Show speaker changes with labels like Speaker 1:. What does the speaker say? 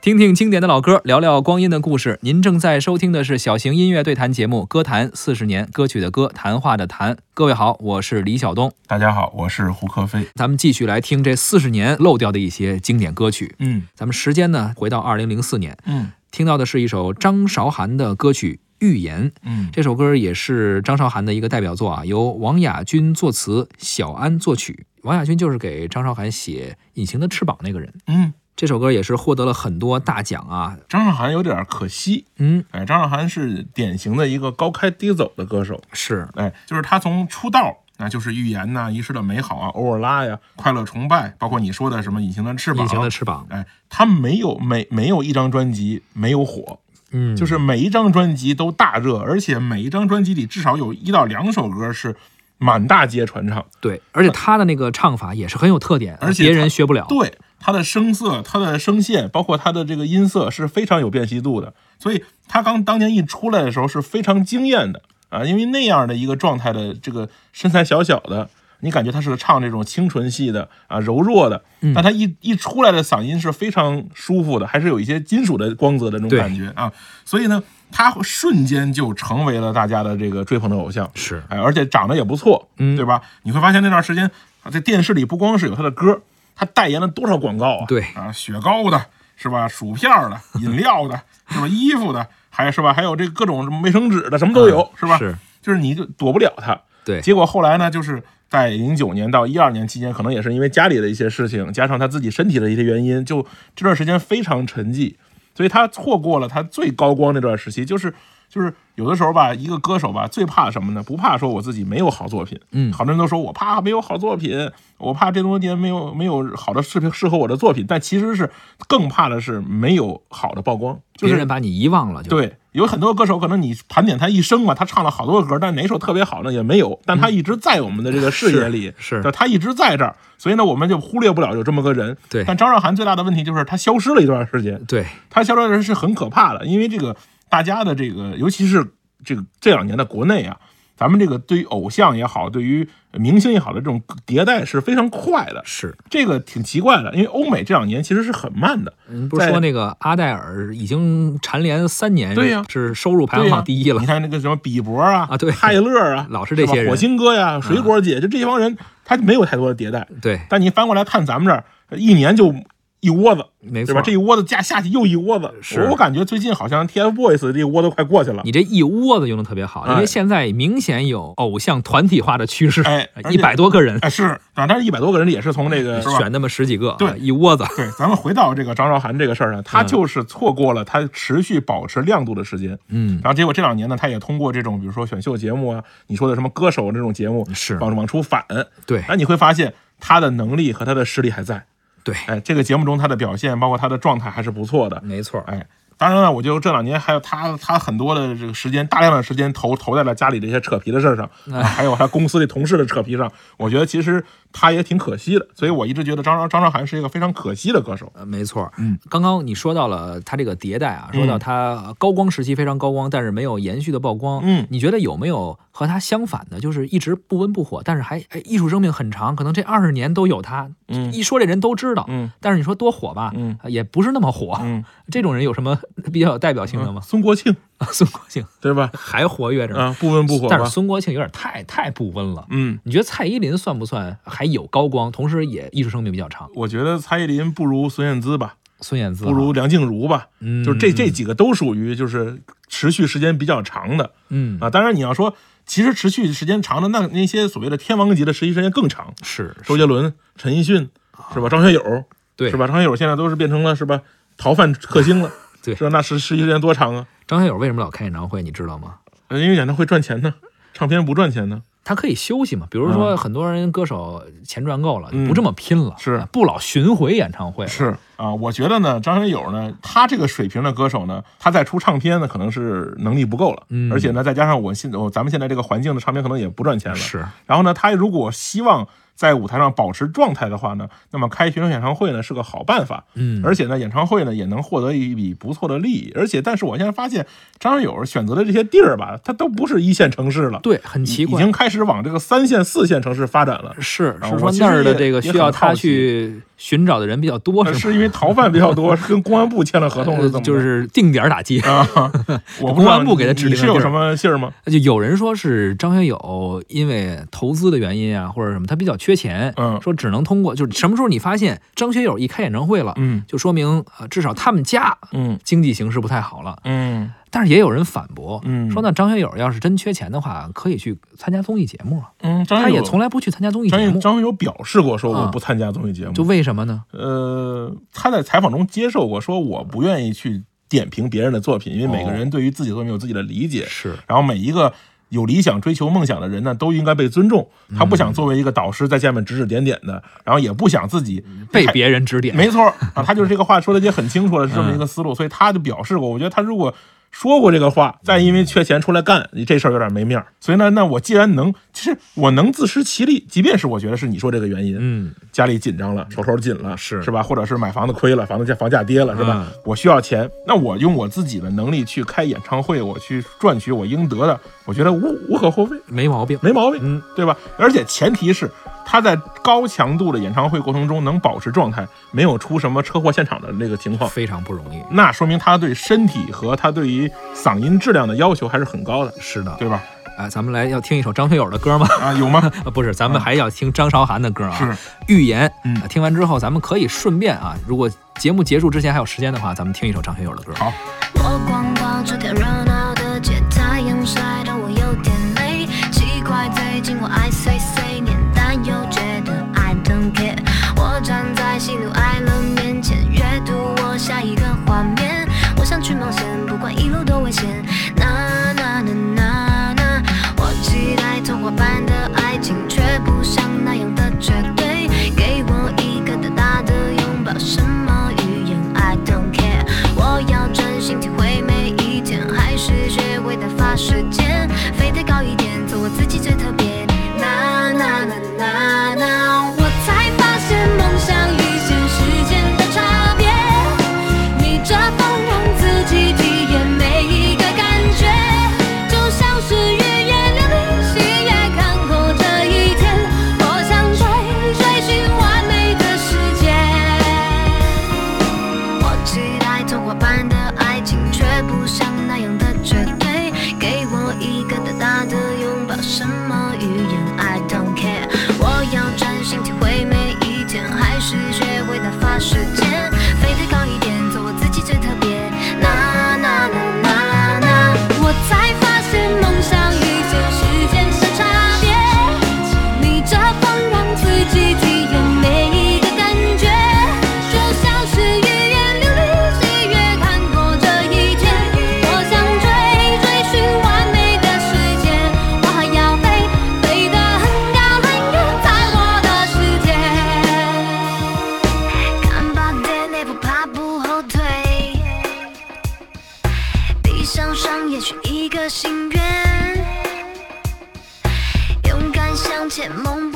Speaker 1: 听听经典的老歌，聊聊光阴的故事。您正在收听的是小型音乐对谈节目《歌坛四十年》，歌曲的歌，谈话的谈。各位好，我是李晓东。
Speaker 2: 大家好，我是胡克飞。
Speaker 1: 咱们继续来听这四十年漏掉的一些经典歌曲。
Speaker 2: 嗯
Speaker 1: 咱们时间呢，回到二零零四年，
Speaker 2: 嗯
Speaker 1: 听到的是一首张韶涵的歌曲《预言》。
Speaker 2: 嗯
Speaker 1: 这首歌也是张韶涵的一个代表作啊，由王雅君作词，小安作曲。王雅君就是给张韶涵写《隐形的翅膀》那个人。
Speaker 2: 嗯，
Speaker 1: 这首歌也是获得了很多大奖啊。
Speaker 2: 张韶涵有点可惜。
Speaker 1: 嗯，
Speaker 2: 哎，张韶涵是典型的一个高开低走的歌手。
Speaker 1: 是，
Speaker 2: 哎，就是她从出道。那就是预言呐、遗失的美好啊，欧尔拉呀，快乐崇拜，包括你说的什么隐形的翅膀，
Speaker 1: 隐形的翅膀，
Speaker 2: 哎，他没有没没有一张专辑没有火，
Speaker 1: 嗯，
Speaker 2: 就是每一张专辑都大热，而且每一张专辑里至少有一到两首歌是满大街传唱。
Speaker 1: 对，而且他的那个唱法也是很有特点，
Speaker 2: 而且
Speaker 1: 别
Speaker 2: 他
Speaker 1: 人学不了。
Speaker 2: 对，他的声色、他的声线，包括他的这个音色是非常有辨析度的。所以他刚当年一出来的时候是非常惊艳的啊，因为那样的一个状态的这个身材小小的。你感觉他是唱这种清纯系的啊，柔弱的，
Speaker 1: 嗯
Speaker 2: 但他一一出来的嗓音是非常舒服的，还是有一些金属的光泽的那种
Speaker 1: 对
Speaker 2: 感觉啊，所以呢，他瞬间就成为了大家的这个追捧的偶像。
Speaker 1: 是，
Speaker 2: 哎，而且长得也不错，
Speaker 1: 嗯
Speaker 2: 对吧？你会发现那段时间，啊在电视里不光是有他的歌，他代言了多少广告啊？
Speaker 1: 对
Speaker 2: 啊，雪糕的是吧？薯片儿的、饮 料的是吧？衣服的，还是吧？还有这各种什么卫生纸的，什么都有，是吧？
Speaker 1: 嗯是，
Speaker 2: 就是你就躲不了他。
Speaker 1: 对，
Speaker 2: 结果后来呢，就是在零九年到一二年期间，可能也是因为家里的一些事情，加上他自己身体的一些原因，就这段时间非常沉寂，所以他错过了他最高光那段时期，就是。就是有的时候吧，一个歌手吧，最怕什么呢？不怕说我自己没有好作品，
Speaker 1: 嗯
Speaker 2: 好多人都说我怕没有好作品，我怕这多年没有没有好的适适合我的作品，但其实是更怕的是没有好的曝光，就
Speaker 1: 别
Speaker 2: 是
Speaker 1: 人把你遗忘了就。，
Speaker 2: 对，有很多歌手可能你盘点他一生嘛，他唱了好多
Speaker 1: 嗯
Speaker 2: 歌，但哪首特别好呢也没有，但他一直在我们的这个视野里，
Speaker 1: 是是
Speaker 2: 就他一直在这儿，所以呢，我们就忽略不了有这么个人。
Speaker 1: 对
Speaker 2: 但张韶涵最大的问题就是她消失了一段时间，
Speaker 1: 对，
Speaker 2: 她消失的时间是很可怕的，因为这个大家的这个，尤其是这个这两年的国内啊。咱们这个对于偶像也好，对于明星也好的这种迭代是非常快的，
Speaker 1: 是。
Speaker 2: 这个挺奇怪的，因为欧美这两年其实是很慢的，
Speaker 1: 您不是
Speaker 2: 在
Speaker 1: 说那个阿黛尔已经蝉联三年，
Speaker 2: 对呀
Speaker 1: 是收入排
Speaker 2: 对
Speaker 1: 行
Speaker 2: 呀
Speaker 1: 榜第一了
Speaker 2: 你。看那个什么比伯啊，
Speaker 1: 啊对
Speaker 2: 泰勒啊，
Speaker 1: 老是这些人啊
Speaker 2: 吧火星哥呀、水果姐，就这帮人，他没有太多的迭代。
Speaker 1: 对，
Speaker 2: 但你翻过来看咱们这儿，一年就一窝子，
Speaker 1: 没
Speaker 2: 对
Speaker 1: 错
Speaker 2: 吧？。这一窝子加下去又一窝子，
Speaker 1: 是
Speaker 2: 我我感觉最近好像 TFBOYS 这一窝都快过去了。
Speaker 1: 你这一窝子用的特别好，因为
Speaker 2: 哎
Speaker 1: 现在明显有偶像团体化的趋势
Speaker 2: 哎，而
Speaker 1: 一
Speaker 2: 且
Speaker 1: 百多个人
Speaker 2: 哎，是，啊，但是一百多个人也是从这个是吧
Speaker 1: 选？那么十几个，啊
Speaker 2: 对
Speaker 1: 一窝子，
Speaker 2: 对，咱们回到这个张韶涵这个事儿上，她
Speaker 1: 嗯
Speaker 2: 就是错过了她持续保持亮度的时间。
Speaker 1: 嗯，
Speaker 2: 然后结果这两年呢，她也通过这种比如说选秀节目啊，你说的什么歌手这种节目，
Speaker 1: 是
Speaker 2: 往往出反，
Speaker 1: 对
Speaker 2: 那你会发现他的能力和他的实力还在。
Speaker 1: 对，
Speaker 2: 哎，这个节目中他的表现，包括他的状态还是不错的。
Speaker 1: 没错，
Speaker 2: 哎，当然了，我觉得这两年还有他，他很多的这个时间，大量的时间投投在了家里这些扯皮的事儿上，
Speaker 1: 哎
Speaker 2: 啊还有他公司里同事的扯皮上。我觉得其实他也挺可惜的，所以我一直觉得张张张韶涵是一个非常可惜的歌手。
Speaker 1: 呃，没错，
Speaker 2: 嗯，
Speaker 1: 刚刚你说到了它这个迭代啊，
Speaker 2: 嗯
Speaker 1: 说到它高光时期非常高光，但是没有延续的曝光，
Speaker 2: 嗯
Speaker 1: 你觉得有没有和它相反的，就是一直不温不火，但是还哎艺术生命很长，可能这二十年都有它，
Speaker 2: 嗯
Speaker 1: 一说这人都知道，
Speaker 2: 嗯
Speaker 1: 但是你说多火吧，
Speaker 2: 嗯
Speaker 1: 呃也不是那么火，
Speaker 2: 嗯，
Speaker 1: 这种人有什么比较有代表性的吗？
Speaker 2: 孙国庆
Speaker 1: 孙国庆
Speaker 2: 对吧？
Speaker 1: 还活跃着呢，
Speaker 2: 啊，不温不火
Speaker 1: 但是
Speaker 2: 吧？
Speaker 1: 孙国庆有点太太不温了，
Speaker 2: 嗯，
Speaker 1: 你觉得蔡依林算不算还有高光，同时也艺术生命比较长？
Speaker 2: 我觉得蔡依林不如孙燕姿吧，
Speaker 1: 孙燕姿啊
Speaker 2: 不如
Speaker 1: 哈，
Speaker 2: 梁静茹吧。
Speaker 1: 嗯，
Speaker 2: 就是这这几个都属于就是持续时间比较长的
Speaker 1: 嗯，
Speaker 2: 啊。当然你要说，其实持续时间长的那那些所谓的天王级的，实际时间更长。
Speaker 1: 是啊
Speaker 2: 周杰伦、陈奕迅是吧？张学友
Speaker 1: 对
Speaker 2: 是吧？张学友现在都是变成了是吧逃犯克星了，
Speaker 1: 对
Speaker 2: 是吧？那实实际时间多长啊？
Speaker 1: 张学友为什么老开演唱会，你知道吗？
Speaker 2: 呃因为演唱会赚钱呢，唱片不赚钱呢。
Speaker 1: 他可以休息嘛，比如
Speaker 2: 嗯
Speaker 1: 说很多人歌手钱赚够了，就不这么拼了，
Speaker 2: 是
Speaker 1: 不老巡回演唱会了，
Speaker 2: 是啊，我觉得呢，张学友呢，他这个水平的歌手呢，他再出唱片呢，可能是能力不够了，
Speaker 1: 嗯
Speaker 2: 而且呢，再加上我现我咱们现在这个环境的唱片可能也不赚钱了，
Speaker 1: 是
Speaker 2: 然后呢，他如果希望在舞台上保持状态的话呢，那么开学生演唱会呢是个好办法。
Speaker 1: 嗯，
Speaker 2: 而且呢，演唱会呢也能获得一笔不错的利益。而且，但是我现在发现，张学友选择的这些地儿吧，它都不是一线城市了，
Speaker 1: 对，很
Speaker 2: 已，
Speaker 1: 奇
Speaker 2: 已
Speaker 1: 怪，
Speaker 2: 经开始往这个三线、四线城市发展了。
Speaker 1: 是
Speaker 2: 啊
Speaker 1: 是
Speaker 2: 我
Speaker 1: 说
Speaker 2: 其
Speaker 1: 那
Speaker 2: 实
Speaker 1: 儿的
Speaker 2: 也
Speaker 1: 这个
Speaker 2: 也
Speaker 1: 需要
Speaker 2: 很好
Speaker 1: 他
Speaker 2: 奇
Speaker 1: 去寻找的人比较多，
Speaker 2: 呃
Speaker 1: 是
Speaker 2: 是
Speaker 1: 吗？
Speaker 2: 因为逃犯比较多，是跟公安部签了合同是怎
Speaker 1: 呃
Speaker 2: 么？
Speaker 1: 就是定点打击，
Speaker 2: 啊，我不知道
Speaker 1: 公安部给他指定
Speaker 2: 你
Speaker 1: 的
Speaker 2: 是有什么信儿吗？
Speaker 1: 就有人说是张学友因为投资的原因啊，或者什么，他比较缺钱，
Speaker 2: 嗯
Speaker 1: 说只能通过，就是什么时候你发现张学友一开演唱会了，
Speaker 2: 嗯
Speaker 1: 就说明呃至少他们家
Speaker 2: 嗯
Speaker 1: 经济形势不太好了。
Speaker 2: 嗯
Speaker 1: 但是也有人反驳，
Speaker 2: 嗯
Speaker 1: 说那张学友要是真缺钱的话，可以去参加综艺节目啊，
Speaker 2: 嗯，张
Speaker 1: 他
Speaker 2: 学友
Speaker 1: 也从来不去参加综艺
Speaker 2: 张
Speaker 1: 节
Speaker 2: 学
Speaker 1: 目，
Speaker 2: 张学友表示过说我
Speaker 1: 啊
Speaker 2: 不参加综艺节目
Speaker 1: 就，为什么呢？
Speaker 2: 呃，他在采访中接受过说我不愿意去点评别人的作品，因为每个
Speaker 1: 哦
Speaker 2: 人对于自己的作品有自己的理解，
Speaker 1: 是
Speaker 2: 然后每一个有理想、追求梦想的人呢，都应该被尊重。他不想作为一个导师在下面指指点点的，然后也不想自己
Speaker 1: 被别人指点，
Speaker 2: 没错啊，他就是这个话说的也很清楚了，是这么一个思路，所以他就表示过，我觉得他如果说过这个话，再因为缺钱出来干，你这事儿有点没面儿。所以呢，那我既然能，其实我能自食其力，即便是我觉得是你说这个原因，
Speaker 1: 嗯，
Speaker 2: 家里紧张了，手头紧了，
Speaker 1: 是
Speaker 2: 是吧？或者是买房子亏了，房子价房价跌了，是吧？
Speaker 1: 嗯
Speaker 2: 我需要钱，那我用我自己的能力去开演唱会，我去赚取我应得的，我觉得无无可厚非，
Speaker 1: 没毛病，
Speaker 2: 没毛病。
Speaker 1: 嗯，
Speaker 2: 对吧？而且前提是他在高强度的演唱会过程中能保持状态，没有出什么车祸现场的那个情况，
Speaker 1: 非常不容易，
Speaker 2: 那说明他对身体和他对于嗓音质量的要求还是很高的，
Speaker 1: 是的，
Speaker 2: 对吧？
Speaker 1: 啊，咱们来要听一首张学友的歌吗？
Speaker 2: 啊，有吗？
Speaker 1: 啊不是，咱们还要听张韶涵的歌啊，
Speaker 2: 嗯是
Speaker 1: 《预言》
Speaker 2: 嗯
Speaker 1: 啊听完之后，咱们可以顺便啊，如果节目结束之前还有时间的话，咱们听一首张学友的歌。
Speaker 2: 好，
Speaker 3: 我逛到这条热闹的街，太阳晒得我有点累。奇怪，最近我爱碎碎念，但又觉得 I don't care。我站在喜怒哀乐面前，阅读我下一个画面。我想去冒险，不管一路多危险。那那那那那，我期待童话般的爱情，却不像那样的绝对。给我一个大大的拥抱，什么语言 I don't care。我要真心体会每一天，还是学会打发时间，飞得高一点，做我自己最特别。那那那那那，我才发现梦想与现实间的差别。逆着风，让自己体验每一个感觉，就像是预言流的喜悦，看过这一天。我想追，追寻完美的世界。我期待童话般的爱情，却不像那样的绝对。给我一个大大的拥抱，什么语言 I don't care。我要真心体会每一天，还是学会打发时间，飞得高一点，做我自己最特别。那那那那那，我才发现梦想与现实间的差别。逆着风，让自己体验每一个感觉，就像是语言流的喜悦，看过这一天。我想追，追寻完美的世界，我还要飞，飞得很高很远，在我的世界。看吧，爹，内不怕不后退。地上上也许一个心愿。勇敢向前，梦不啊